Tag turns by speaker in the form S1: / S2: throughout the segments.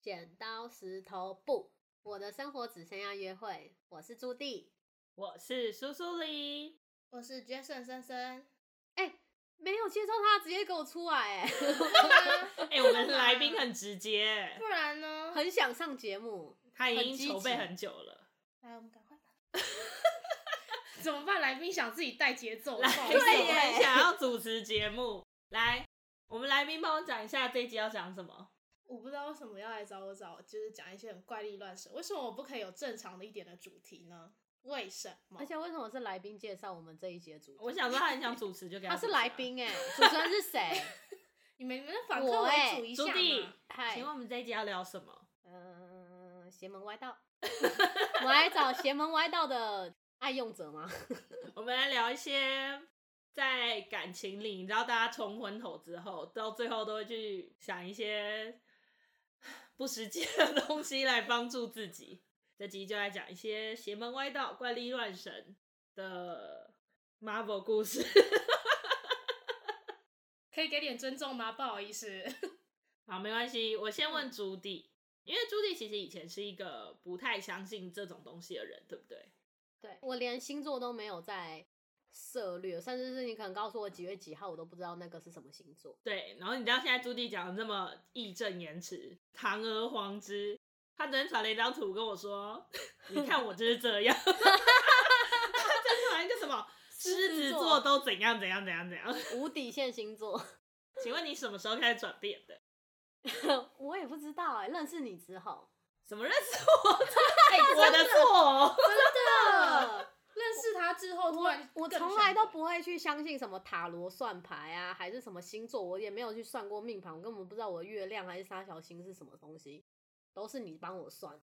S1: 剪刀石头布，我的生活只剩下约会。我是朱棣，
S2: 我是苏 苏黎，
S3: 我是 Jason 森森，
S1: 哎、没有介绍他，直接给我出来、哎，
S2: 哎、我们来宾很直接
S3: 不，然呢？
S1: 很想上节目，
S2: 他已
S1: 很积
S2: 经筹备
S1: 极
S2: 很久了。
S3: 来，我们赶快吧。 怎么办？来宾想自己带节奏，不
S2: 来
S3: 好意
S2: 宾
S3: 思
S1: 对耶
S2: 很想要主持节目，来，我们来宾帮我讲一下这一集要讲什么。
S3: 我不知道为什么要来找我找，就是讲一些很怪力乱神。为什么我不可以有正常的一点的主题呢？为什么
S1: 而？且为什么是来宾介绍我们这一节主题？
S2: 我想说他很想主持，就给
S1: 他
S2: 主
S1: 是
S2: 持
S1: 来
S2: 啊。
S1: 宾哎、主持人是谁？
S3: 你们你们的反
S1: 我
S3: 客
S1: 欸
S3: 为主一
S2: 朱
S3: 下
S2: 棣
S3: 嘛。，
S1: 嗨
S2: 请，问我们这一集要聊什么？
S1: 嗯、邪门歪道， 我来找邪门歪道的爱用者吗？
S2: 我们来聊一些在感情里，你知道大家冲昏头之后，到最后都会去想一些 不实际的 东西来帮助自己。这集就来讲一些邪门歪道、怪力乱神的 Marvel 故事。
S3: 可以给点尊重吗？不好意思，
S2: 好，没关系，我先问朱棣，因为朱棣其实以前是一个不太相信这种东西的人，对不对？
S1: 对我连星座都没有在涉略，甚至是你可能告诉我几月几号，我都不知道那个是什么星座。
S2: 对，然后你知道现在朱棣讲的这么义正言辞、堂而皇之，他昨天传了一张图跟我说：“你看我就是这样。” 他真传一个什么 狮子座都怎样怎样怎样怎样？
S1: 无底线星座，
S2: 请问你什么时候开始转变的？
S1: 我也不知道哎、认识你之后，
S2: 怎么认识我？哎、我的错哦。
S3: 认识他之后，突
S1: 我
S3: 然
S1: 我
S3: 更
S1: 从
S3: 想
S1: 来都不会去相信什么塔罗算牌啊，还是什么星座，我也没有去算过命盘，我根本不知道我的月亮还是沙小星是什么东西，都是你帮我算。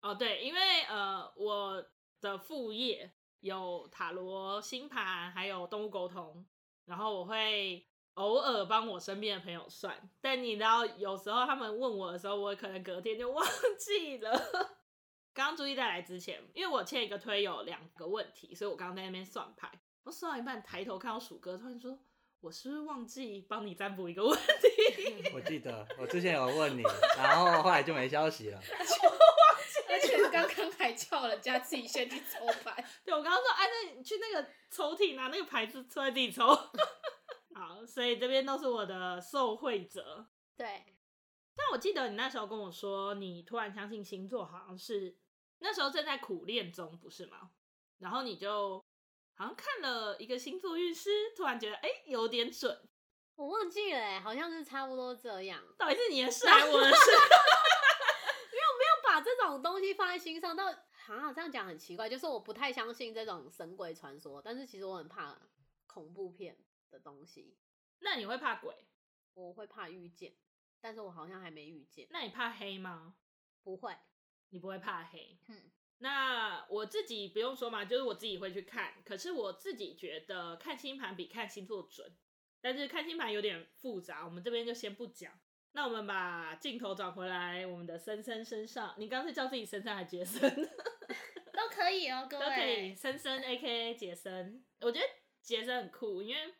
S2: 哦，对，因为呃，我的副业有塔罗星盘，还有动物沟通，然后我会偶尔帮我身边的朋友算，但你知道，有时候他们问我的时候，我可能隔天就忘 记了。刚刚注意在来之前，因为我欠一个推友两个问题，所以我刚刚在那边算牌，我算到一半抬头看到鼠哥，突然说：“我是不是忘记帮你占卜一个问题
S4: 我记得我之前有问你，然后后来就没消息了。
S3: 而且刚刚还叫人家自己先去抽牌，？”
S2: 对我刚刚说：“哎，那你去那个抽屉拿那个牌子出来自己抽。” 好，所以这边都是我的受惠者。
S1: 对，
S2: 但我记得你那时候跟我说，你突然相信星座，好像是那时候正在苦练中，不是吗？然后你就好像看了一个星座运势，突然觉得哎、有点准，
S1: 我忘记了、欸，好像是差不多这样。
S2: 到底是你的事还是我的事？
S1: 要把这种东西放在心上，到啊这样讲很奇怪，就是我不太相信这种神鬼传说，但是其实我很怕恐怖片的东西，
S2: 那你会怕鬼？
S1: 我会怕遇见，但是我好像还没遇见，
S2: 那你怕黑吗？
S1: 不会，
S2: 你不会怕黑？
S1: 嗯，
S2: 那我自己不用说嘛，就是我自己会去看。可是我自己觉得看星盘比看星座准，但是看星盘有点复杂，我们这边就先不讲。那我们把镜头转回来我们的森森身上，你刚是叫自己森森还是杰森？
S3: 都可以哦，各
S2: 都可以，
S3: 位。
S2: 森森 A K A 杰森，我觉得杰森很酷，因为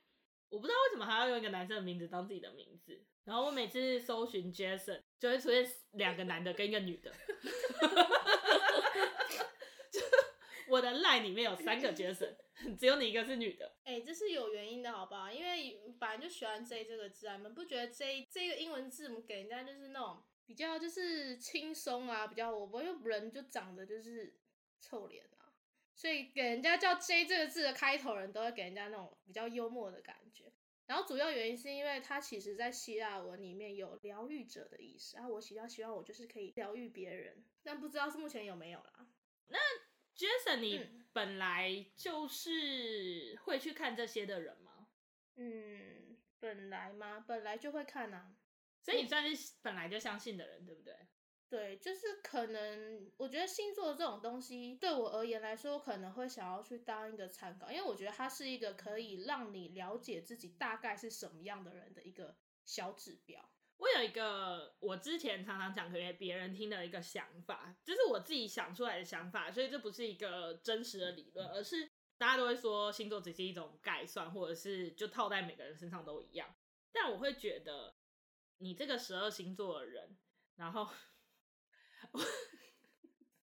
S2: 我不知道为什么还要用一个男生的名字当自己的名字。然后我每次搜寻 Jason，就会出现两个男的跟一个女的。 就我的 line 里面有三个 Jason，只有你一个是女的。
S3: 哎、这是有原因的，好不好？因为本来就喜欢 J 这个字啊，你们不觉得 J 这个英文字母给人家就是那种比较就是轻松啊，比较我不又人就长得就是臭脸啊，所以给人家叫 J 这个字的开头人都会给人家那种比较幽默的感觉。然后主要原因是因为它其实在希腊文里面有疗愈者的意思啊，我比较希望我就是可以疗愈别人，但不知道是目前有没有啦。
S2: Jason，你
S3: 嗯
S2: 本来就是会去看这些的人吗？
S3: 嗯，本来嘛，本来就会看啊。
S2: 所以你算是本来就相信的人，对不对？
S3: 对，就是可能，我觉得星座这种东西对我而言来说，我可能会想要去当一个参考，因为我觉得它是一个可以让你了解自己大概是什么样的人的一个小指标。
S2: 我有一个我之前常常讲给别人听的一个想法，这是我自己想出来的想法，所以这不是一个真实的理论，而是大家都会说星座只是一种概算，或者是就套在每个人身上都一样。但我会觉得，你这个十二星座的人，然后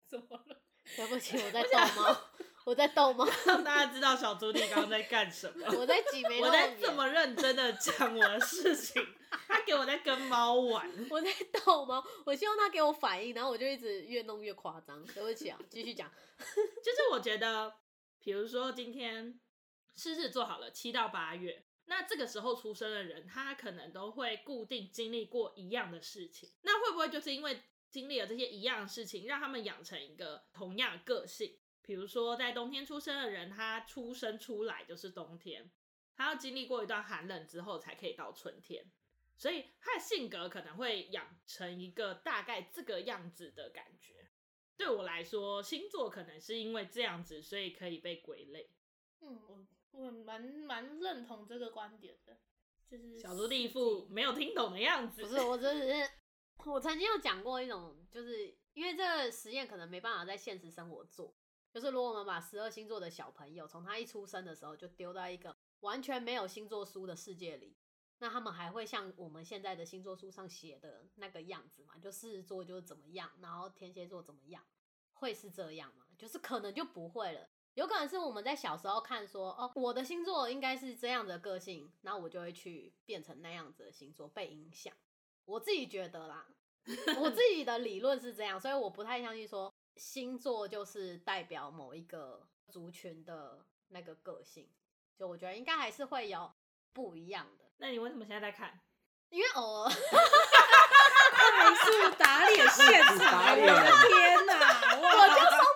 S3: 怎么了？
S1: 对不起，我在逗猫，我在逗 猫，
S2: 让大家知道小猪弟刚刚在干什么。
S1: 我在挤眉
S2: 我
S1: 弄
S2: 在
S1: 眼，
S2: 这么认真的讲我的事情，他给我在跟猫玩。
S1: 我在逗猫，我希望他给我反应，然后我就一直越弄越夸张。对不起啊，继续讲。
S2: 就是我觉得，比如说今天狮子座好了，七到八月，那这个时候出生的人，他可能都会固定经历过一样的事情。那会不会就是因为经历了这些一样的事情，让他们养成一个同样的个性？比如说，在冬天出生的人，他出生出来就是冬天，他要经历过一段寒冷之后，才可以到春天，所以他的性格可能会养成一个大概这个样子的感觉。对我来说，星座可能是因为这样子，所以可以被归类。
S3: 嗯，我我蛮蛮认同这个观点的，就是
S2: 小猪弟一
S3: 四
S2: 副
S3: 季
S2: 没有听懂的样子。
S1: 不是，我真的是，我曾经有讲过一种，就是因为这个实验可能没办法在现实生活做，就是如果我们把十二星座的小朋友从他一出生的时候就丢到一个完全没有星座书的世界里，那他们还会像我们现在的星座书上写的那个样子嘛？就狮子座就是怎么样，然后天蝎座怎么样，会是这样吗？就是可能就不会了。有可能是我们在小时候看说，哦，我的星座应该是这样的个性，然后我就会去变成那样子的星座，被影响。我自己觉得 啦，我自己的理论是这样，所以我不太相信说星座就是代表某一个族群的那个个性。就我觉得应该还是会有不一样的，
S2: 那你为什么现在在 看？
S1: 因为偶 尔
S3: 快速打脸现
S4: 打
S1: 啊
S3: 场，我
S4: 脸
S3: 的天哪！
S1: 我
S3: 哇，
S1: 就双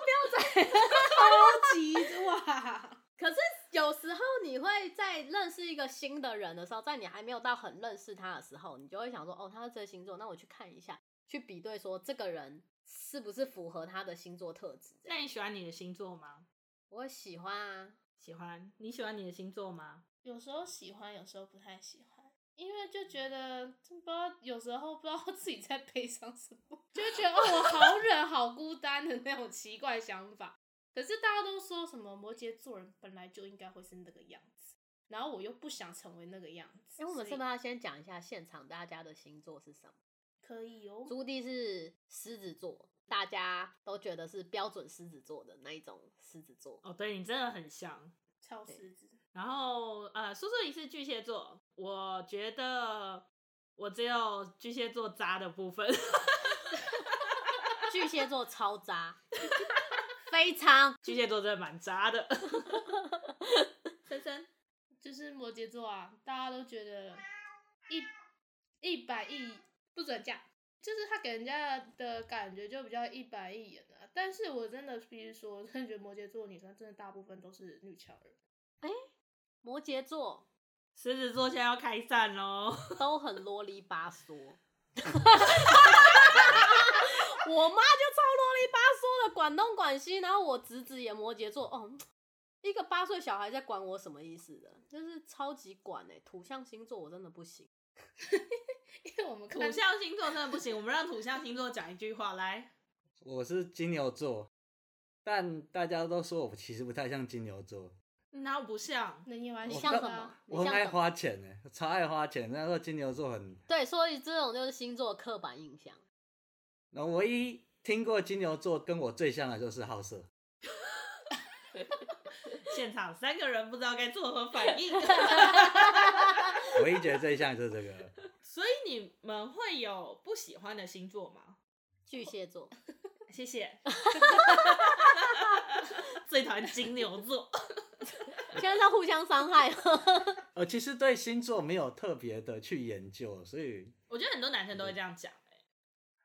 S3: 超级哇！
S1: 可是有时候你会在认识一个新的人的时候，在你还没有到很认识他的时候，你就会想说，哦，他是这个星座，那我去看一下，去比对说这个人是不是符合他的星座特质。这样
S2: 那你喜欢你的星座吗？
S1: 我喜欢啊，
S2: 喜欢。你喜欢你的星座吗？
S3: 有时候喜欢，有时候不太喜欢，因为就觉得就不知道，有时候不知道自己在悲伤什么，就会觉得哦，我好冷，好孤单的那种奇怪想法。可是大家都说什么摩羯座人本来就应该会是那个样子，然后我又不想成为那个样子。
S1: 哎、我们是
S3: 所以
S1: 不是要先讲一下现场大家的星座是什么？
S3: 可以哦？
S1: 朱棣是狮子座，大家都觉得是标准狮子座的那一种狮子座。
S2: 哦，对你真的很像。
S3: 超狮子，
S2: 然后呃，苏苏里是巨蟹座，我觉得我只有巨蟹座渣的部分。
S1: 巨蟹座超渣， 非常
S2: 巨蟹座真的蛮渣的。森森，
S3: 就是摩羯座啊，大家都觉得一一百亿不准讲，就是他给人家的感觉就比较一板一眼啊。但是我真的必须说，我真的觉得摩羯座的女生真的大部分都是女强人，
S1: 摩羯座
S2: 狮子座现在要开战喽。
S1: 都很啰里吧嗦。我妈就超啰里吧嗦的，管东管西，然后我侄子也摩羯座，哦，一个八岁小孩在管我什么意思的，就是超级管哎、土象星座我真的不行。
S3: 因为我们
S2: 土
S3: 看
S2: 象星座真的不行，我们让土象星座讲一句话来。
S4: 我是金牛座，但大家都说我其实不太像金牛座，
S2: 哪有不像？
S3: 那也蛮
S1: 你
S4: 我
S1: 像
S4: 看
S1: 什
S3: 的
S1: 么
S3: 啊。？
S4: 我
S1: 你像
S4: 很爱
S1: 什么？
S4: 花钱呢、超爱花钱。那时候金牛座很，
S1: 对，所以这种就是星座刻板印象。
S4: 然后唯一听过金牛座跟我最像的就是好色。
S2: 现场三个人不知道该作何反应，
S4: 我一觉得最像就是这个了，
S2: 所以你们会有不喜欢的星座吗？
S1: 巨蟹座，
S2: 谢谢。最讨厌金牛座，
S1: 现在在互相伤害哦了。
S4: 我其实对星座没有特别的去研究，所以
S2: 我觉得很多男生
S3: 嗯
S2: 都会这样讲、欸、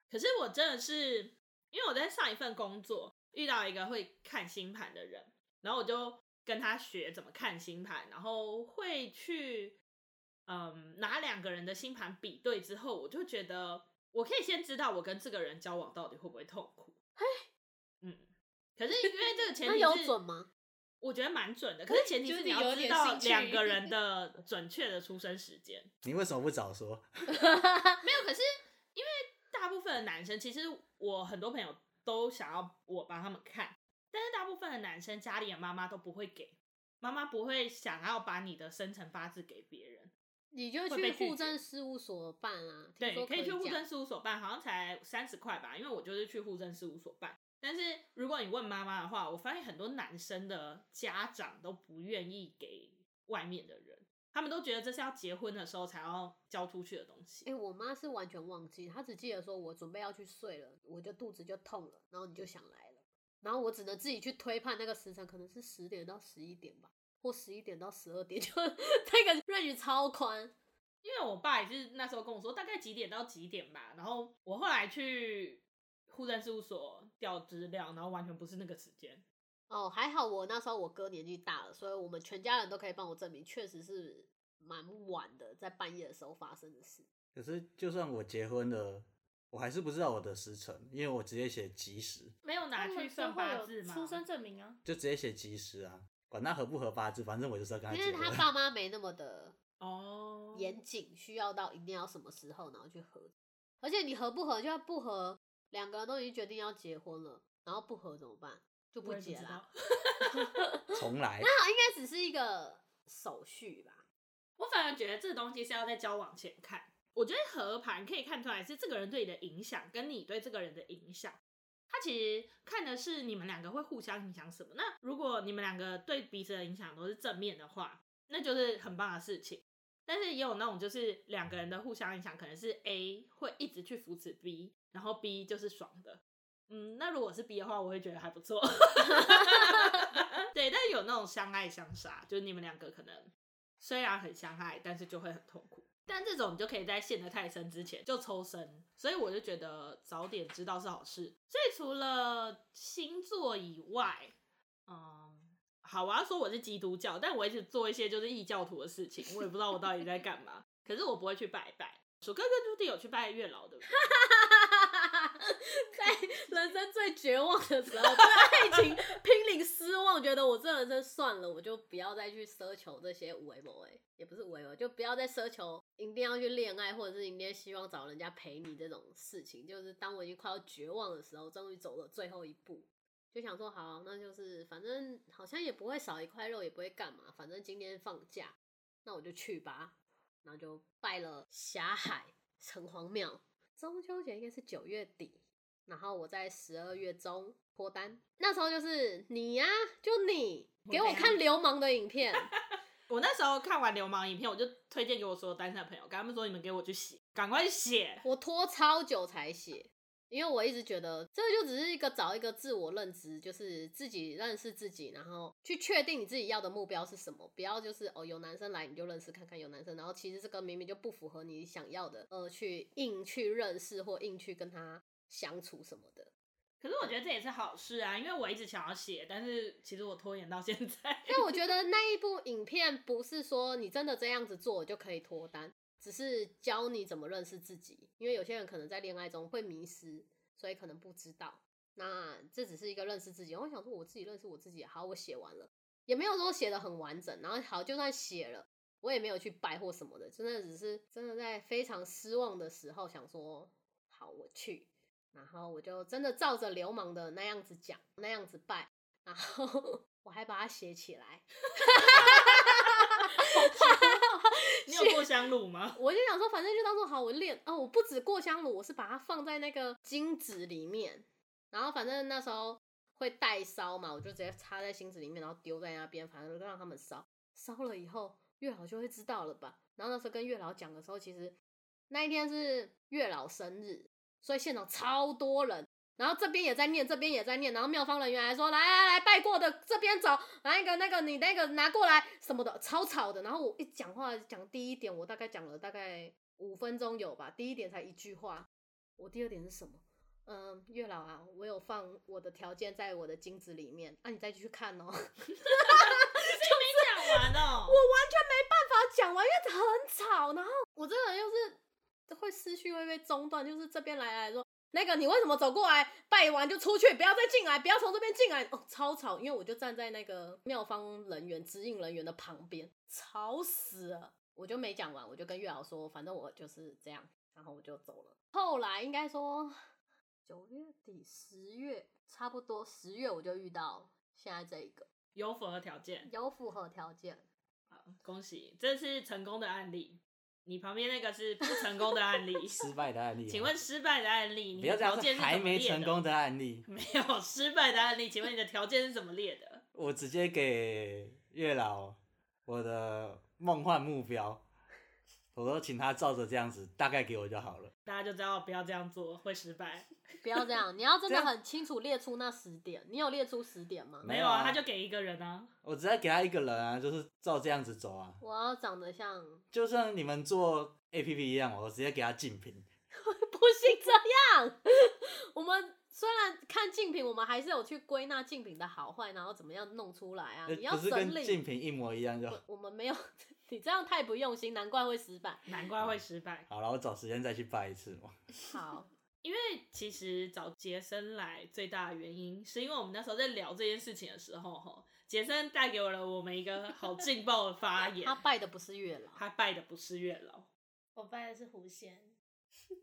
S2: 可是我真的是，因为我在上一份工作遇到一个会看星盘的人，然后我就跟他学怎么看星盘，然后会去嗯拿两个人的星盘比对之后，我就觉得我可以先知道我跟这个人交往到底会不会痛苦。嗯，可是因为这个前
S1: 那
S2: 提
S1: 有
S2: 是
S1: 准吗？
S2: 我觉得蛮准的，可是前提
S3: 就是
S2: 是
S3: 你
S2: 你
S3: 有
S2: 要知
S3: 点
S2: 道
S3: 兴趣
S2: 两个 人的准确的出生时间。
S4: 你为什么不早说？
S2: 没有，可是因为大部分的男生，其实我很多朋友都想要我帮他们看，但是大部分的男生家里的妈妈都不会给，妈妈不会想要把你的生辰八字给别人，
S1: 你就
S2: 会被
S1: 去
S2: 拒绝
S1: 户政事务所办啊，听
S2: 对，
S1: 说
S2: 可
S1: 以
S2: 去户
S1: 讲
S2: 政事务所办，好像才三十块吧，因为我就是去户政事务所办。但是如果你问妈妈的话，我发现很多男生的家长都不愿意给外面的人，他们都觉得这是要结婚的时候才要交出去的东
S1: 哎、
S2: 西。
S1: 我妈是完全忘记，她只记得说我准备要去睡了，我就肚子就痛了，然后你就想来了，然后我只能自己去推判那个时辰，可能是十点到十一点吧，或十一点到十二点，就 那个 range 超宽。
S2: 因为我爸也是那时候跟我说大概几点到几点吧，然后我后来去户政事务所调资料，然后完全不是那个时间。
S1: 哦，还好我那时候我哥年纪大了，所以我们全家人都可以帮我证明，确实是蛮晚的，在半夜的时候发生的事。
S4: 可是就算我结婚了，我还是不知道我的时辰，因为我直接写吉时，
S2: 没有拿
S3: 他
S2: 去
S3: 们
S2: 算
S3: 都
S2: 八
S3: 会
S2: 字
S3: 有
S2: 吗？
S3: 出生证明啊，
S4: 就直接写吉时啊，管他合不合八字，反正我就是要跟他
S1: 因
S4: 结
S1: 为
S4: 婚。
S1: 他爸 妈没那么的
S2: 哦，
S1: 严谨，需要到一定要什么时候然后去合，而且你合不合就要不合，两个人都已经决定要结婚了，然后不合怎么办？就
S2: 我也不
S1: 结
S2: 知道
S1: 啦。。
S4: 重 来，
S1: 那应该只是一个手续吧？
S2: 我反而觉得这东西是要在交往前看。我觉得合盘可以看出来是这个人对你的影响，跟你对这个人的影响。他其实看的是你们两个会互相影响什么。那如果你们两个对彼此的影响都是正面的话，那就是很棒的事情。但是也有那种就是两个人的互相影响，可能是 A 会一直去扶持 B，然后 B 就是爽的。嗯，那如果是 B 的话，我会觉得还不错。 对，但有那种相爱相杀，就是你们两个可能虽然很相爱，但是就会很痛苦。但这种你就可以在陷得太深之前就抽身，所以我就觉得早点知道是好事。所以除了星座以外，嗯，好，我要说我是基督教，但我一直做一些就是异教徒的事情，我也不知道我到底在干嘛。可是我不会去拜拜。鼠哥跟朱棣有去拜月老，对不对？
S1: 在人生最绝望的时候，对爱情濒临失望，觉得我这人生算了，我就不要再去奢求这些无为谋哎，也不是无为谋，就不要再奢求一定要去恋爱，或者是一定要希望找人家陪你这种事情。就是当我已经快要绝望的时候，终于走了最后一步，就想说好，那就是反正好像也不会少一块肉，也不会干嘛，反正今天放假，那我就去吧。然后就拜了霞海城隍庙，中秋节应该是九月底，然后我在十二月中脱单，那时候就是你呀、就你
S2: 我
S1: 给我
S2: 怎样
S1: 看流氓的影片，
S2: 我那时候看完流氓影片，我就推荐给我所有单身的朋友，跟他们说你们给我去写，赶快去写。
S1: 我拖超久才写，因为我一直觉得这就只是一个找一个自我认知，就是自己认识自己，然后去确定你自己要的目标是什么，不要就是哦有男生来你就认识看看有男生，然后其实这个明明就不符合你想要的，呃，去硬去认识或硬去跟他相处什么的。
S2: 可是我觉得这也是好事啊，因为我一直想要写，但是其实我拖延到现在。
S1: 但我觉得那一部影片不是说你真的这样子做就可以脱单，只是教你怎么认识自己。因为有些人可能在恋爱中会迷失，所以可能不知道。那这只是一个认识自己。我想说，我自己认识我自己，好，我写完了，也没有说写的很完整。然后好，就算写了，我也没有去拜或什么的，真的只是真的在非常失望的时候想说，好，我去。然后我就真的照着流氓的那样子讲，那样子拜，然后我还把它写起来。
S2: 你有过香炉吗？
S1: 我就想说，反正就当做好我练哦，我不止过香炉，我是把它放在那个金纸里面，然后反正那时候会带烧嘛，我就直接插在金纸里面，然后丢在那边，反正就让他们烧。烧了以后，月老就会知道了吧？然后那时候跟月老讲的时候，其实那一天是月老生日，所以现场超多人。然后这边也在念，这边也在念，然后妙方人员还说来来来，拜过的这边走，来一个那个你那个拿过来什么的，超吵的。然后我一讲话讲第一点，我大概讲了大概五分钟有吧，第一点才一句话，我第二点是什么？嗯，月老啊，我有放我的条件在我的金子里面，啊，你再去看哦。
S2: 没讲完哦、
S1: 我完全没办法讲完，因为很吵。然后我这个人又是会思绪会被中断，就是这边来来说，那个你为什么走过来拜完就出去，不要再进来，不要从这边进来哦，超吵。因为我就站在那个妙方人员指引人员的旁边，吵死了。我就没讲完，我就跟月老说，反正我就是这样，然后我就走了。后来应该说九月底十月，差不多十月我就遇到现在这一个
S2: 有符合条件，
S1: 有符合条件，
S2: 好，恭喜，这是成功的案例。你旁边那个是不成功的案例。
S4: 失败的案例。啊
S2: 请问，失败的案例，你
S4: 不要
S2: 的
S4: 这
S2: 条
S4: 样
S2: 件是
S4: 说
S2: 怎
S4: 还
S2: 么
S4: 没
S2: 列
S4: 成
S2: 的？嗯
S4: 功的案例，
S2: 没有失败的案例，请问你的条件是怎么列的？
S4: 我直接给月老我的梦幻目标，我都请他照着这样子，大概给我就好了。
S2: 大家就知道不要这样做，会失败。
S1: 不要这样，你要真
S4: 这
S1: 的
S4: 样
S1: 很清楚列出那十点。你有列出十点吗？
S4: 没
S2: 没
S4: 有
S2: 有啊，
S4: 啊
S2: 他就给一个人啊。
S4: 我只要给他一个人啊，就是照这样子走啊，
S1: 我要长得像，
S4: 就像你们做 A P P 一样，哦我直接给他竞品。
S1: 不行这样。 我们虽然看竞品，我们还是有去归纳竞品的好坏，然后怎么样弄出来啊？
S4: 呃
S1: 你要
S4: 不是
S1: 整
S4: 跟竞
S1: 理。
S4: 品一模一样就
S1: 我我们没有， 你这样太不用心，难怪会失败。
S2: 难怪会失败，
S4: 好了，我找时间再去拜一次嘛。
S1: 好，
S2: 因为其实找杰森来最大的原因，是因为我们那时候在聊这件事情的时候，哈，杰森带给了我们一个好劲爆的发言
S1: 他。拜的不是月 老，
S2: 他拜的不是月老，
S3: 我拜的是狐仙。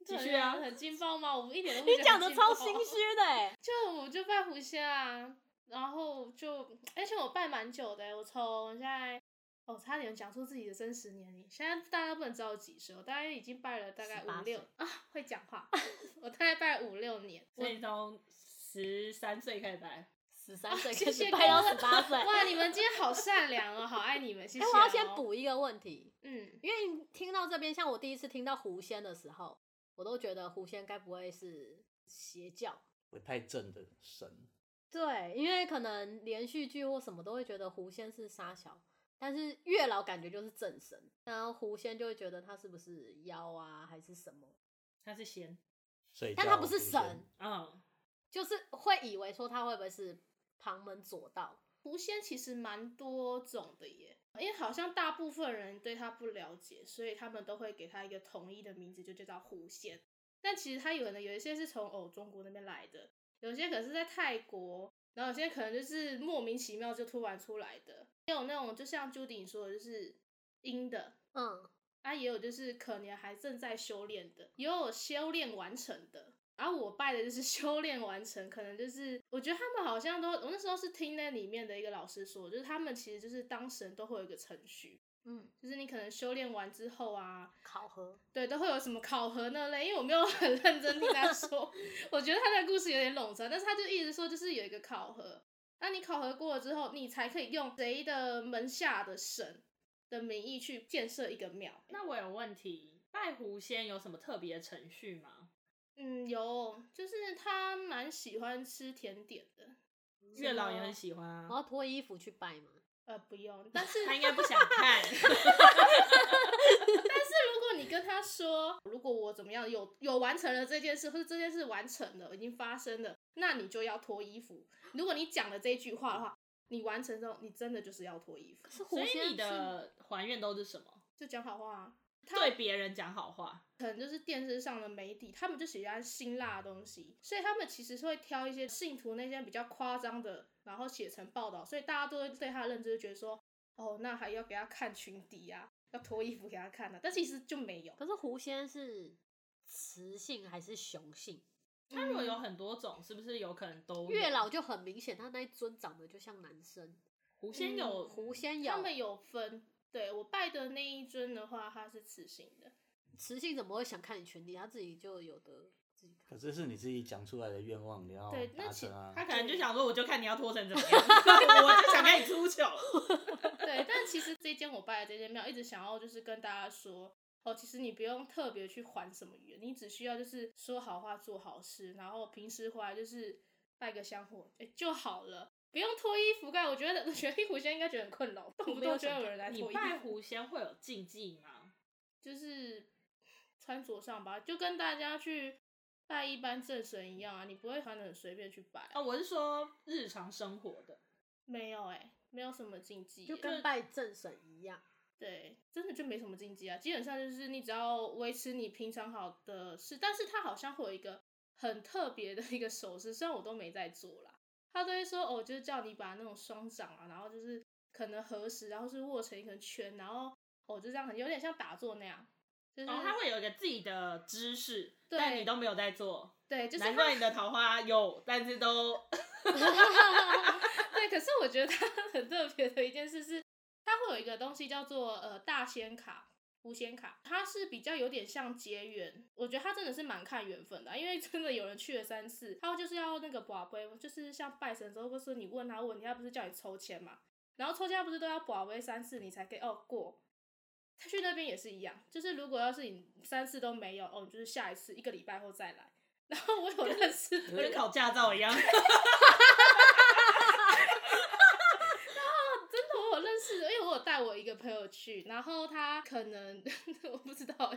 S2: 继续啊
S3: 这很很劲爆吗？我一点都 不
S1: 你
S3: 觉得
S1: 讲
S3: 很
S1: 的
S3: 劲
S1: 超
S3: 爆啊
S1: 心虚的欸，
S3: 就我就拜狐仙啊，然后就而且我拜蛮久的欸，我从现在哦差点讲出自己的真实年龄，现在大家不能知道我几岁，我大概已经拜了大概
S1: 18
S3: 五六啊会讲话， 我大概拜了五六年，我
S2: 所以从十三岁开始拜。
S1: 十三岁
S3: 谢
S1: 开
S3: 谢
S1: 始拜到
S3: 各位
S1: 十八岁。
S3: 哇你们今天好善良哦，好爱你们，谢 谢、
S1: 哎、
S3: 哦。
S1: 我要先，补一个问题，
S3: 嗯，
S1: 因为你听到这边，像我第一次听到狐仙的时候，我都觉得狐仙该不会是邪教？
S4: 不太正的神，
S1: 对，因为可能连续剧或什么都会觉得狐仙是沙小，但是月老感觉就是正神，然后狐仙就会觉得他是不是妖啊，还是什么？
S2: 他是仙，
S4: 所以
S1: 但
S4: 叫
S1: 他不是
S4: 狐仙
S1: 神，
S2: 嗯，
S1: 就是会以为说他会不会是旁门左道？
S3: 狐仙其实蛮多种的耶。因为好像大部分人对他不了解，所以他们都会给他一个统一的名字，就叫狐仙。但其实它有的有一些是从哦中国那边来的，有些可能是在泰国，然后有些可能就是莫名其妙就突然出来的，也有那种就像 Judy 你说的，就是阴的，
S1: 嗯，
S3: 啊，也有就是可能还正在修炼的，也有修炼完成的。然后我拜的就是 修炼完成，可能就是我觉得他们好像都，我那时候是听那里面的一个老师说，就是他们其实就是当神都会有一个程序，
S1: 嗯，
S3: 就是你可能修炼完之后啊，
S1: 考核
S3: 对，都会有什么考核那类，因为我没有很认真听他说， 我觉得他的故事有点冗长，但是他就一直说就是有一个考核，那你考核过了之后，你才可以用谁的门下的神的名义去建设一个庙。
S2: 那我有问题，拜狐仙有什么特别的程序吗？
S3: 嗯，有，就是他蛮喜欢吃甜点的，
S2: 月老也很喜欢啊
S1: 我，要脱衣服去拜吗？
S3: 呃，不用，但 是
S2: 他应该不想看。
S3: 但是如果你跟他说，如果我怎么样有有完成了这件事，或者这件事完成了，已经发生了，那你就要脱衣服。如果你讲了这一句话的话，你完成之后，你真的就是要脱衣服，
S1: 是狐
S2: 所
S1: 仙
S2: 以你
S1: 是
S2: 的还愿都是什么？
S3: 就讲好话、啊。
S2: 对别人讲好话，
S3: 可能就是电视上的媒体，他们就喜欢辛辣的东西，所以他们其实是会挑一些信徒那些比较夸张的，然后写成报道，所以大家都会对他的认知就觉得说，哦，那还要给他看裙底啊，要脱衣服给他看啊，但其实就没有。
S1: 可是狐仙是雌性还是雄性？
S2: 他
S3: 嗯
S2: 如果有很多种，是不是有可能都有
S1: 月老就很明显，他那一尊长得就像男生。
S2: 狐仙有
S3: 嗯
S1: 狐仙有
S3: 他们有分，对我拜的那一尊的话，它是雌性的，
S1: 雌性怎么会想看你裙底？他自己就有的自己看。
S4: 可是是你自己讲出来的愿望，你要
S3: 对那
S4: 达
S3: 其
S4: 成啊。
S2: 他可能就想说，我就看你要脱成怎么样， 我就想看你出糗。
S3: 对。但其实这间我拜的这间庙，一直想要就是跟大家说。哦，其实你不用特别去还什么愿，你只需要就是说好话、做好事，然后平时回来就是拜个香火、哎就好了，不用脱衣服盖。我觉得，我 觉得狐仙应该觉得很困扰，动不
S1: 没有
S3: 动就
S1: 想
S3: 有人来
S2: 你
S3: 脱衣
S2: 拜
S3: 服，
S2: 狐仙会有禁忌吗？
S3: 就是穿着上吧，就跟大家去拜一般正神一样啊，你不会穿的很随便去拜啊、
S2: 哦，我是说日常生活的，
S3: 没有哎、没有什么禁忌耶，
S1: 就跟拜正神一样，
S3: 对，真的就没什么禁忌啊。基本上就是你只要维持你平常好的事，但是它好像会有一个很特别的一个手势，虽然我都没在做啦，他都会说哦，就是叫你把那种双掌啊，然后就是可能合十，然后是握成一个圈，然后哦就这样很有点像打坐那样，就是、
S2: 哦，他会有一个自己的知识，
S3: 对
S2: 但你都没有在做，
S3: 对，就是
S2: 难
S3: 它
S2: 怪你的桃花有，但是都
S3: 对，可是 我觉得它很特别的一件事是，它会有一个东西叫做呃大仙卡，无显卡，它是比较有点像结缘，我觉得它真的是蛮看缘分的啊，因为真的有人去了三次，他就是要那个卜杯，就是像拜神之后，或是你问他问题，他不是叫你抽签嘛，然后抽签他不是都要卜杯三次你才可以哦过，他去那边也是一样，就是如果要是你三次都没有，哦，你就是下一次一个礼拜后再来。 然后我有认识的
S2: 跟
S3: 人，
S2: 考驾照一样。
S3: 真的， 我有认识的，因为我有带我一个朋友去，然后他可能 我不知道，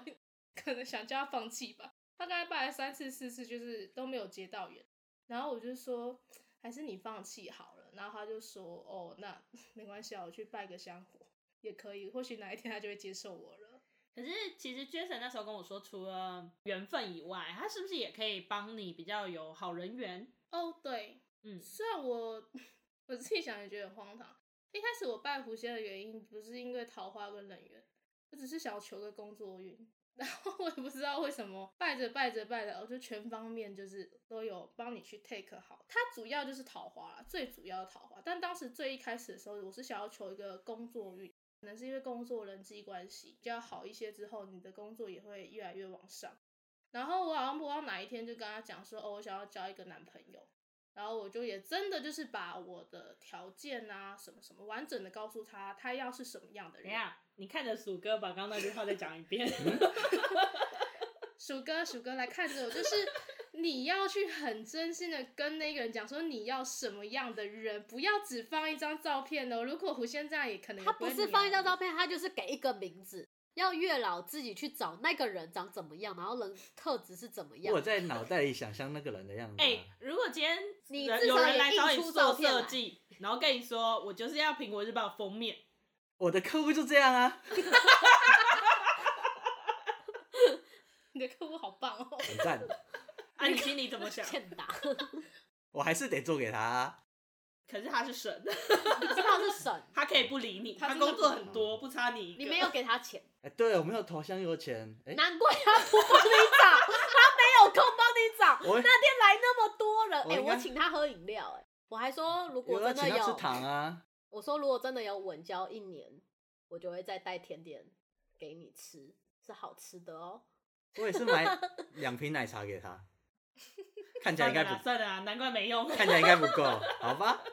S3: 可能想叫他放弃吧。他大概拜了三次四次，就是都没有结到缘。然后我就说，还是你放弃好了。然后他就说，哦，那没关系啊，我去拜个香火也可以，或许哪一天他就会接受我了。
S2: 可是其实 Jason 那时候跟我说，除了缘分以外，他是不是也可以帮你比较有好人缘？
S3: 哦，对，
S2: 嗯，
S3: 虽然我 我自己想也觉得很荒唐。一开始我拜狐仙的原因不是因为桃花跟人缘，我只是想要求个工作运。 然后我也不知道为什么拜着拜着拜着，我就全方面就是都有帮你去 take 好。它主要就是桃花啦，最主要的桃花。但当时最一开始的时候，我是想要求一个工作运，可能是因为工作人际关系比较好一些之后，你的工作也会越来越往上。然后我好像不知道哪一天就跟他讲说，哦，我想要交一个男朋友。然后我就也真的就是把我的条件啊什么什么完整的告诉他，他要是什么样的
S2: 等一
S3: 人。
S2: 下，你看着鼠哥把刚刚那句话再讲一 遍。
S3: 鼠哥，鼠哥来看着我，就是 你要去很真心的跟那个人讲说你要什么样的人，不要只放一张照片哦。如果狐仙这样也可能也
S1: 他不
S3: 会
S1: 是
S3: 鸟
S1: 放一张
S3: 你
S1: 照片，他就是给一个名字，要月老自己去找那个人长怎么样，然后人特质是怎么样
S4: 我。在脑袋里想象那个人的样子、啊。
S2: 哎、如果今天
S1: 你
S2: 人
S1: 至少
S2: 有人
S1: 也
S2: 来找
S1: 印
S2: 你
S1: 出
S2: 做
S1: 照片
S2: 设
S1: 来
S2: 计，然后跟你说我就是要苹果日报封 面，
S4: 我的客户就这样啊，
S3: 你的客户好棒哦。
S4: 很赞，
S2: 啊，你心里怎么想？
S1: 欠打，
S4: 我还是得做给他、啊。
S2: 可是他是神，
S1: 你知道是神，
S2: 他可以不理你，
S3: 他
S2: 他
S3: 真的
S2: 工作
S3: 不
S2: 很多，不差你一个。
S1: 你没有给他钱，
S4: 哎、对，我没有投香油钱。哎、
S1: 难怪他不帮你找，他没有空帮你找。
S4: 我
S1: 那天来那么多人，
S4: 我
S1: 哎、
S4: 应该
S1: 我请他喝饮料、哎，我还说如果
S4: 有要啊
S1: 真的
S4: 请
S1: 有，
S4: 他吃糖啊。
S1: 我说如果真的有稳交一年，我就会再带甜点给你吃，是好吃的哦。
S4: 我也是 买两瓶奶茶给他，看起来
S2: 算
S4: 应该
S2: 了啦
S4: 不，
S2: 算了啦，难怪没用。
S4: 看起来应该不够，好吧？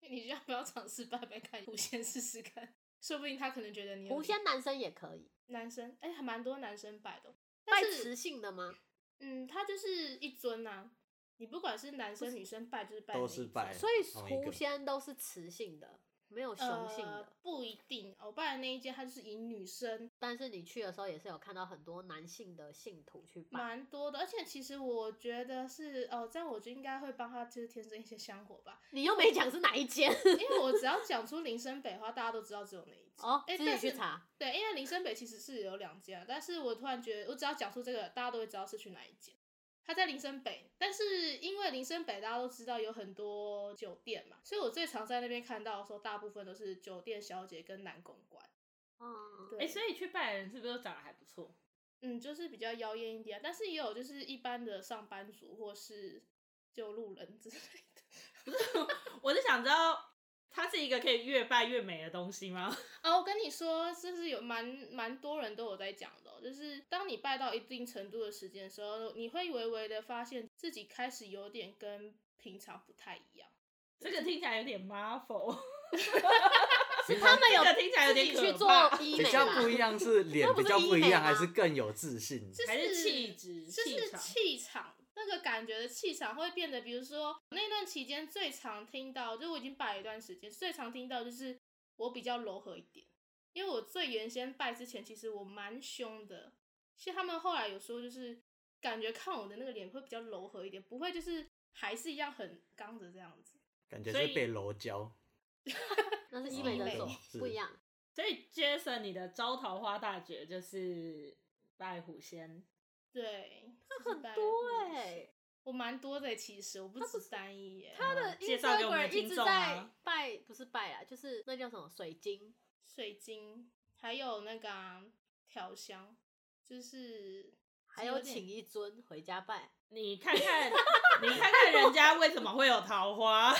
S3: 你要不要尝试拜拜看狐仙试试看？说不定他可能觉得你有
S1: 狐仙男生也可以，
S3: 男生，哎、还蛮多男生拜的哦。但
S1: 拜
S3: 是
S1: 雌性的吗？
S3: 嗯，他就是一尊呐、啊。你不管是男生女生拜，就是拜
S4: 都
S3: 那
S4: 是
S3: 一尊
S4: 拜
S1: 所以
S4: 同一个
S1: 狐仙都是雌性的，没有雄性的。
S3: 呃、不一定。我拜的那一间，它就是以女生
S1: 但是你去的时候也是有看到很多男性的信徒去拜，
S3: 蛮多的，而且其实我觉得是哦，这样我就应该会帮他就是添增一些香火 吧，
S1: 你又没讲是哪一间
S3: 因为我只要讲出林森北花，大家都知道只有那一间。
S1: 哦，
S3: 哎
S1: 自
S3: 但
S1: 己
S3: 是
S1: 去查。
S3: 对，因为林森北其实是有两间啊，但是我突然觉得，我只要讲出这个，大家都会知道是去哪一间。它在林森北，但是因为林森北大家都知道有很多酒店嘛，所以我最常在那边看到的时候，大部分都是酒店小姐跟男公关。
S1: 嗯，
S3: 对，
S2: 哎、所以去拜的人是不是都长得还不错？
S3: 嗯，就是比较妖艳一点啊，但是也有就是一般的上班族或是就路人之类的。
S2: 我是想知道，它是一个可以越拜越美的东西吗？
S3: 啊，我跟你说，就是有蛮蛮多人都有在讲的哦、就是当你拜到一定程度的时间的时候，你会微微的发现自己开始有点跟平常不太一样。
S2: 这个听起来有点 Marvel，
S1: 是他们有
S2: 这个听起来
S1: 自
S2: 有点
S1: 己去
S2: 可
S1: 做
S2: 怕
S1: 医
S4: 比
S1: 美
S4: 较
S1: 吧？
S4: 不一样是脸
S1: 不
S4: 比
S1: 是
S4: 较
S1: 医
S4: 不一
S1: 美
S4: 样，还
S1: 吗
S4: 是更有自信？
S2: 还
S3: 是
S2: 是气质、
S3: 就
S2: 气
S3: 是
S2: 场？
S3: 气场那个感觉的气场会变得，比如说那段期间最常听到，就我已经拜了一段时间，最常听到就是我比较柔和一点，因为我最原先拜之前，其实我蛮凶的，其实他们后来有说就是感觉看我的那个脸会比较柔和一点，不会就是还是一样很刚的这样子。
S4: 感觉
S2: 所
S4: 是
S2: 以
S4: 被柔焦。
S1: 那是
S4: 是
S1: 医美
S4: 医
S1: 诊
S3: 美
S1: 所
S4: 是
S1: 不一样。
S2: 所以 Jason，你的招桃花大诀就是拜狐仙。
S3: 对， 这
S1: 很多哎、
S3: 我蛮多的其实，我不止单一耶、
S1: 他的
S2: 介绍给我们的
S1: Instagram 一
S2: 听
S1: 直
S2: 众啊
S1: 在拜，不是拜啊，就是那叫什么水晶，
S3: 水晶，还有那个啊调、香，就是
S1: 还有
S3: 点
S1: 请一尊回家 拜。
S2: 你看看，你看看人家为什么会有桃花，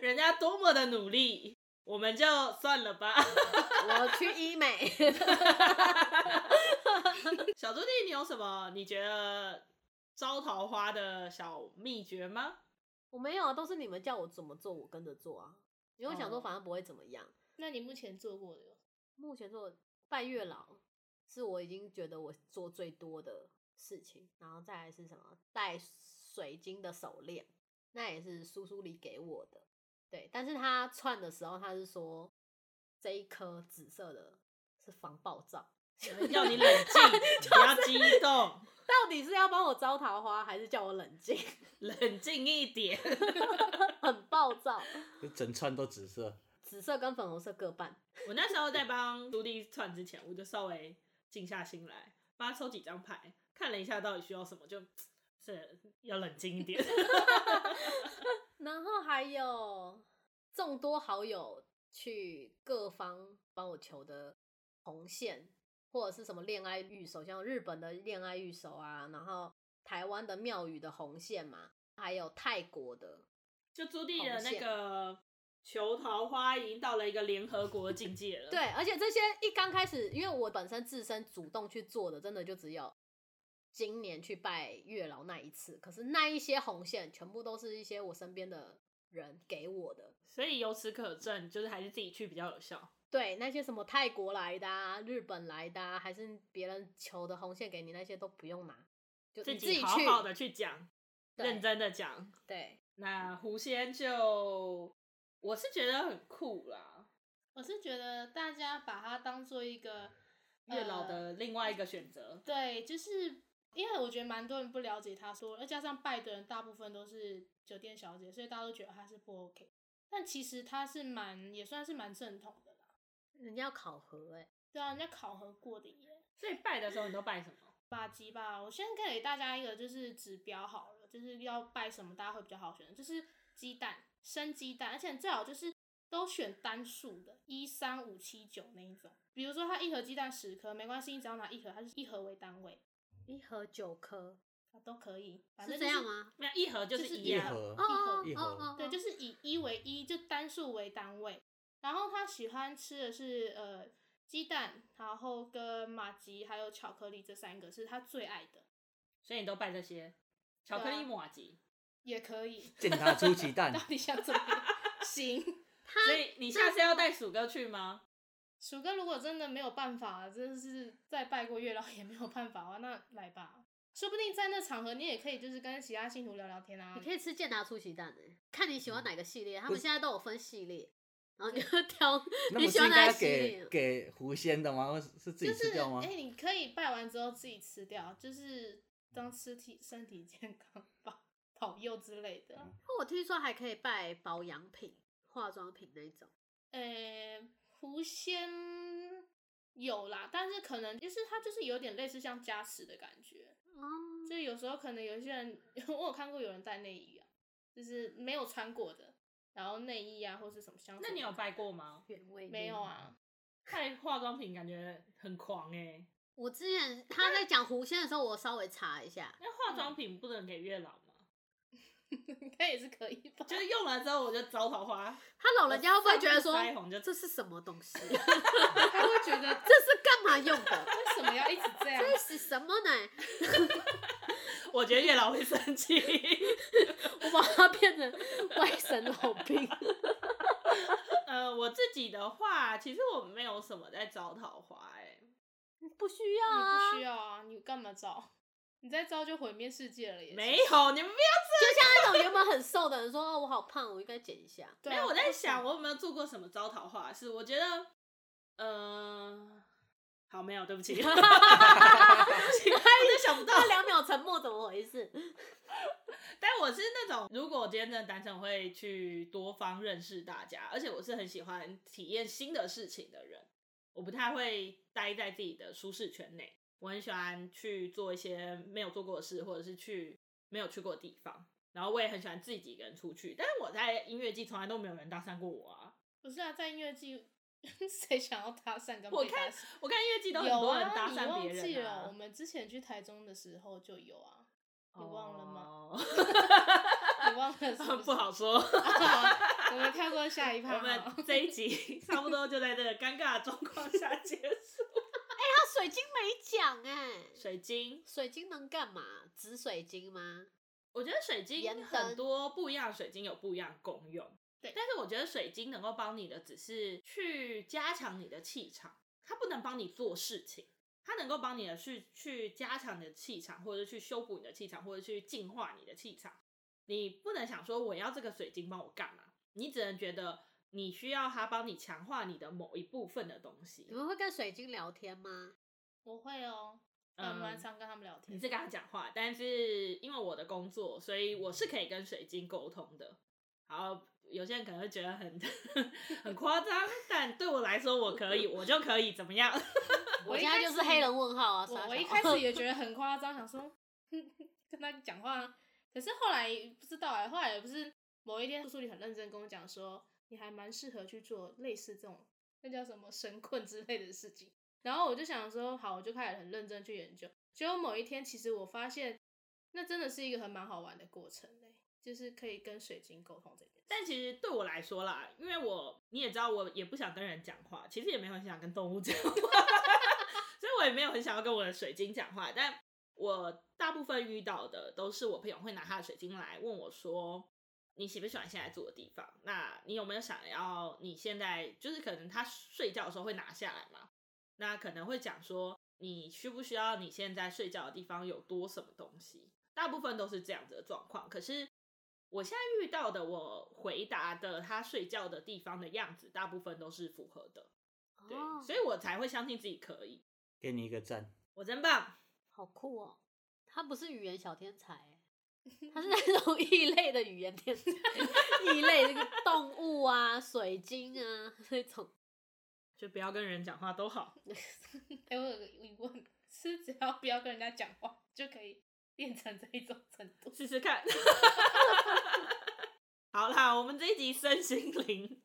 S2: 人家多么的努力。我们就算了吧。
S1: 我去医美，
S2: 小朱弟，你有什么你觉得招桃花的小秘诀吗？
S1: 我没有啊，都是你们叫我怎么做，我跟着做啊。因为我想说，
S2: 哦
S1: 反正不会怎么样。
S3: 那你目前做过的有
S1: 目前做拜月老是我已经觉得我做最多的事情，然后再来是什么戴水晶的手链，那也是苏苏里给我的，对，但是他串的时候他是说这一颗紫色的是防爆照，
S2: 要你冷静，不要激动，
S1: 到底是要帮我招桃花，还是叫我冷静？
S2: 冷静一点。
S1: 很暴躁，
S4: 就整串都紫色，
S1: 紫色跟粉红色各半，
S2: 我那时候在帮朱棣串之前，我就稍微静下心来，帮他抽几张牌，看了一下到底需要什么，就是要冷静一点。
S1: 然后还有众多好友去各方帮我求的红线，或者是什么恋爱御守，像日本的恋爱御守啊，然后台湾的庙宇的红线嘛，还有泰国的，
S2: 就朱棣的那个求桃花已经到了一个联合国境界 了。
S1: 对，，而且这些一刚开始，因为我本身自身主动去做的，真的就只有今年去拜月老那一次。可是那一些红线，全部都是一些我身边的人给我的。
S2: 所以由此可证，就是还是自己去比较有效。
S1: 对，那些什么泰国来的、啊、日本来的、啊，还是别人求的红线给你，那些都不用拿，就你自己
S2: 己
S1: 去。
S2: 好好的去讲，
S1: 对
S2: 认真的讲。
S1: 对，
S2: 那狐仙就我是觉得很酷啦，
S3: 我是觉得大家把它当做一个
S2: 月老
S3: 呃
S2: 的另外一个选择。
S3: 对，就是因为我觉得蛮多人不了解他说，再加上拜的人大部分都是酒店小姐，所以大家都觉得他是不 OK。但其实他是蛮也算是蛮正统的啦，
S1: 人家要考核哎、
S3: 对啊，人家考核过的耶。
S2: 所以拜的时候你都拜什么？
S3: 吧唧吧，我先给大家一个就是指标好了，就是要拜什么大家会比较好选，就是鸡蛋，生鸡蛋，而且你最好就是都选单数的，一三五七九那一种。比如说它一盒鸡蛋十颗，没关系，你只要拿一盒，它就是一盒为单位
S1: 一盒九颗
S3: 啊，都可以。反
S1: 是
S3: 正
S1: 这
S3: 就是
S1: 样？吗？
S2: 没有一盒就
S3: 就是是
S2: 一
S4: 一
S2: 样，
S4: 盒
S1: 哦哦
S4: 一盒
S1: 哦哦，
S3: 对，就是以一为一，就单数为单位。然后他喜欢吃的是呃鸡蛋，然后跟马吉还有巧克力这三个是他最爱的，
S2: 所以你都拜这些。巧克力马吉，
S3: 也可以。
S4: 见他出奇蛋
S1: 哦
S3: 到，底想怎么样？行。
S2: 所以你下次要带鼠哥去吗？
S3: 鼠哥如果真的没有办法，真的是再拜过月老也没有办法的话，那来吧，说不定在那场合你也可以就是跟其他信徒聊聊天啊
S1: 你。可以吃健达出奇蛋哎、看你喜欢哪个系列，他
S4: 不
S1: 们
S4: 是
S1: 现在都有分系列，然后你就挑
S4: 那
S1: 你
S4: 不是
S1: 喜欢
S4: 应
S1: 哪
S4: 该
S1: 个系
S4: 给
S1: 列。哦
S4: 给狐仙的吗？或是是自己
S3: 就是
S4: 吃掉吗？
S3: 哎、你可以拜完之后自己吃掉，就是当吃体身体健康吧，保佑之类的。
S1: 我听说还可以拜保养品、化妆品那一种，
S3: 呃、狐仙有啦，但是可能就是它就是有点类似像加持的感觉，
S1: 哦，
S3: 就有时候可能有一些人， 我有看过有人带内衣啊，就是没有穿过的，然后内衣啊或是什么香水。
S2: 那你有拜过吗？
S1: 原味
S3: 没有？啊？
S2: 拜化妆品感觉很狂哎、
S1: 我之前他在讲狐仙的时候，我稍微查一下，
S2: 那化妆品不能给月老吗？
S3: 应该也是可以吧？
S2: 嗯就是用了之后我就招桃花，
S1: 他老人家会不会觉得
S2: 腮
S1: 说
S2: 红就
S1: 这是什么东西？这
S3: 他会觉得
S1: 是干嘛用的？
S3: 为什么要一直这样？
S1: 这是什么呢？
S2: 我觉得月老会生 气。
S1: 我把它变成外省老兵。
S2: 呃，我自己的话，其实我没有什么在招桃花哎、
S1: 不需要啊，
S3: 你不需要啊，你干嘛招？你再招就毁灭世界了耶！
S2: 没有，你
S1: 就
S2: 们没有。
S1: 像那种原本很瘦的人说：“哦，我好胖，我应该减一下。
S3: 对
S2: 没
S3: 啊
S2: 有，我在
S3: 为什
S2: 想
S3: 么
S2: 我有没有做过什么招桃花的事？我觉得，呃，好，没有，对 不起， 我就想不”到。
S1: 那两秒沉默怎么回事？
S2: 但我是那种，如果我今天真的单身，我会去多方认识大家，而且我是很喜欢体验新的事情的人。我不太会待在自己的舒适圈内，我很喜欢去做一些没有做过的事，或者是去没有去过的地方。然后我也很喜欢自己一个人出去，但是我在音乐季从来都没有人搭讪过我啊。
S3: 不是啊，在音乐季， 谁想要搭讪跟
S2: 我
S3: 被搭讪？
S2: 我看音乐季都很
S3: 有
S2: 多人
S3: 啊，
S2: 搭
S3: 你
S2: 讪
S3: 忘
S2: 别
S3: 记
S2: 人
S3: 了？我
S2: 啊，
S3: 们之前去台中的时候就有啊，你忘了吗？
S2: 哦
S3: 你忘光 了是不是
S2: 不。好说。
S3: 好我们跳过下一趴
S2: 我们
S3: 哦。
S2: 这一集 差不多就在这个尴尬的状况下结束。
S1: 他水晶没讲哎、
S2: 水晶，
S1: 水晶能干嘛？紫水晶吗？
S2: 我觉得水晶
S1: 盐
S2: 很
S1: 灯
S2: 多不一样，水晶有不一样的功用。
S3: 对
S2: 但是我觉得水晶能够帮你的只是去加强你的气场，它不能帮你做事情，它能够帮你的去去加强你的气场，或者去修补你的气场，或者去净化你的气场。你不能想说我要这个水晶帮我干嘛，你只能觉得你需要它帮你强化你的某一部分的东西
S1: 你。们会跟水晶聊天吗？
S3: 我会哦，我
S2: 嗯
S3: 蛮常跟他们聊
S2: 你
S3: 天。
S2: 是跟他讲话，但是因为我的工作，所以我是可以跟水晶沟通的。然后有些人可能会觉得很 很夸张，但对我来说，我可以，我就可以怎么样？
S1: 我
S3: 一
S1: 现在
S3: 开
S1: 就是
S3: 始
S1: 黑人问号啊！
S3: 我
S1: 傻
S3: 我一
S1: 小
S3: 开
S1: 子
S3: 始也觉得很夸张，想说 跟他讲话，可是后来不知道哎、后来不是某一天叔叔你很认真跟我讲说，你还蛮适合去做类似这种那叫什么神棍之类的事情，然后我就想说好，我就开始很认真去研究，结果某一天其实我发现那真的是一个很蛮好玩的过程哎、就是可以跟水晶沟通这件事。
S2: 但其实对我来说啦，因为我你也知道，我也不想跟人讲话，其实也没有很想跟动物讲话， 所以我也没有很想要跟我的水晶讲话。但我大部分遇到的都是我朋友会拿他的水晶来问我说：“你喜不喜欢现在住的地方？那你有没有想要你现在就是可能他睡觉的时候会拿下来嘛？那可能会讲说你需不需要你现在睡觉的地方有多什么东西？大部分都是这样子的状况。可是我现在遇到的，我回答的他睡觉的地方的样子，大部分都是符合的，对，
S1: 哦
S2: 所以我才会相信自己可以。
S4: 给你一个赞。
S2: 我真棒！
S1: 好酷哦！他不是语言小天才欸、他是那种异类的语言天才，异类这个动物啊、水晶啊那种。
S2: 就不要跟人讲话都好。
S3: 哎、我有个疑问，是只要不要跟人家讲话就可以练成这一种程度？
S2: 试试看。 好啦，我们这一集身心灵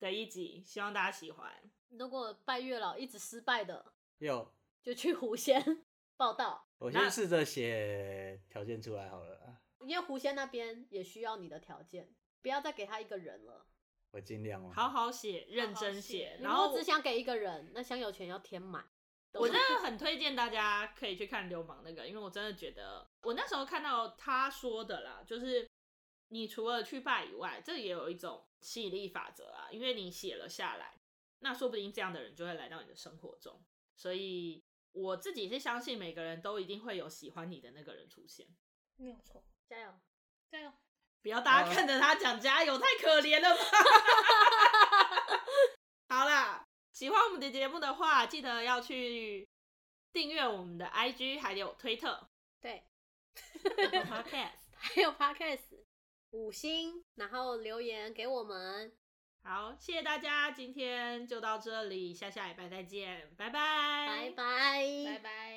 S2: 的一集，希望大家喜欢。
S1: 如果拜月老一直失败的，
S4: 有，
S1: 就去狐仙报道，
S4: 我
S2: 那
S4: 先试着写条件出来好了啊，
S1: 因为狐仙那边也需要你的条件，不要再给他一个人了。
S4: 我尽量哦。
S2: 好，好写，认
S3: 好
S2: 真
S3: 写
S2: 写。
S1: 你
S2: 然
S1: 如果
S2: 后
S1: 只想给一个人，那香油钱要填满。
S2: 我真的很推荐大家可以去看《流氓》那个，因为我真的觉得，我那时候看到他说的啦，就是你除了去拜以外，这也有一种吸引力法则啊，因为你写了下来，那说不定这样的人就会来到你的生活中。所以我自己是相信每个人都一定会有喜欢你的那个人出现。
S3: 没有错，
S1: 加油！
S3: 加油！
S2: 不要大家
S4: 好
S2: 看着他讲加油，太可怜了吧！ 好啦，喜欢我们的节目的话，记得要去订阅我们的 IG，还有推 特
S1: 对，
S2: Apple Podcast。
S1: 还有 podcast 五星，然后留言给我们，
S2: 好，谢谢大家，今天就到这里，下下礼拜再见，拜
S1: 拜拜，
S3: 拜拜。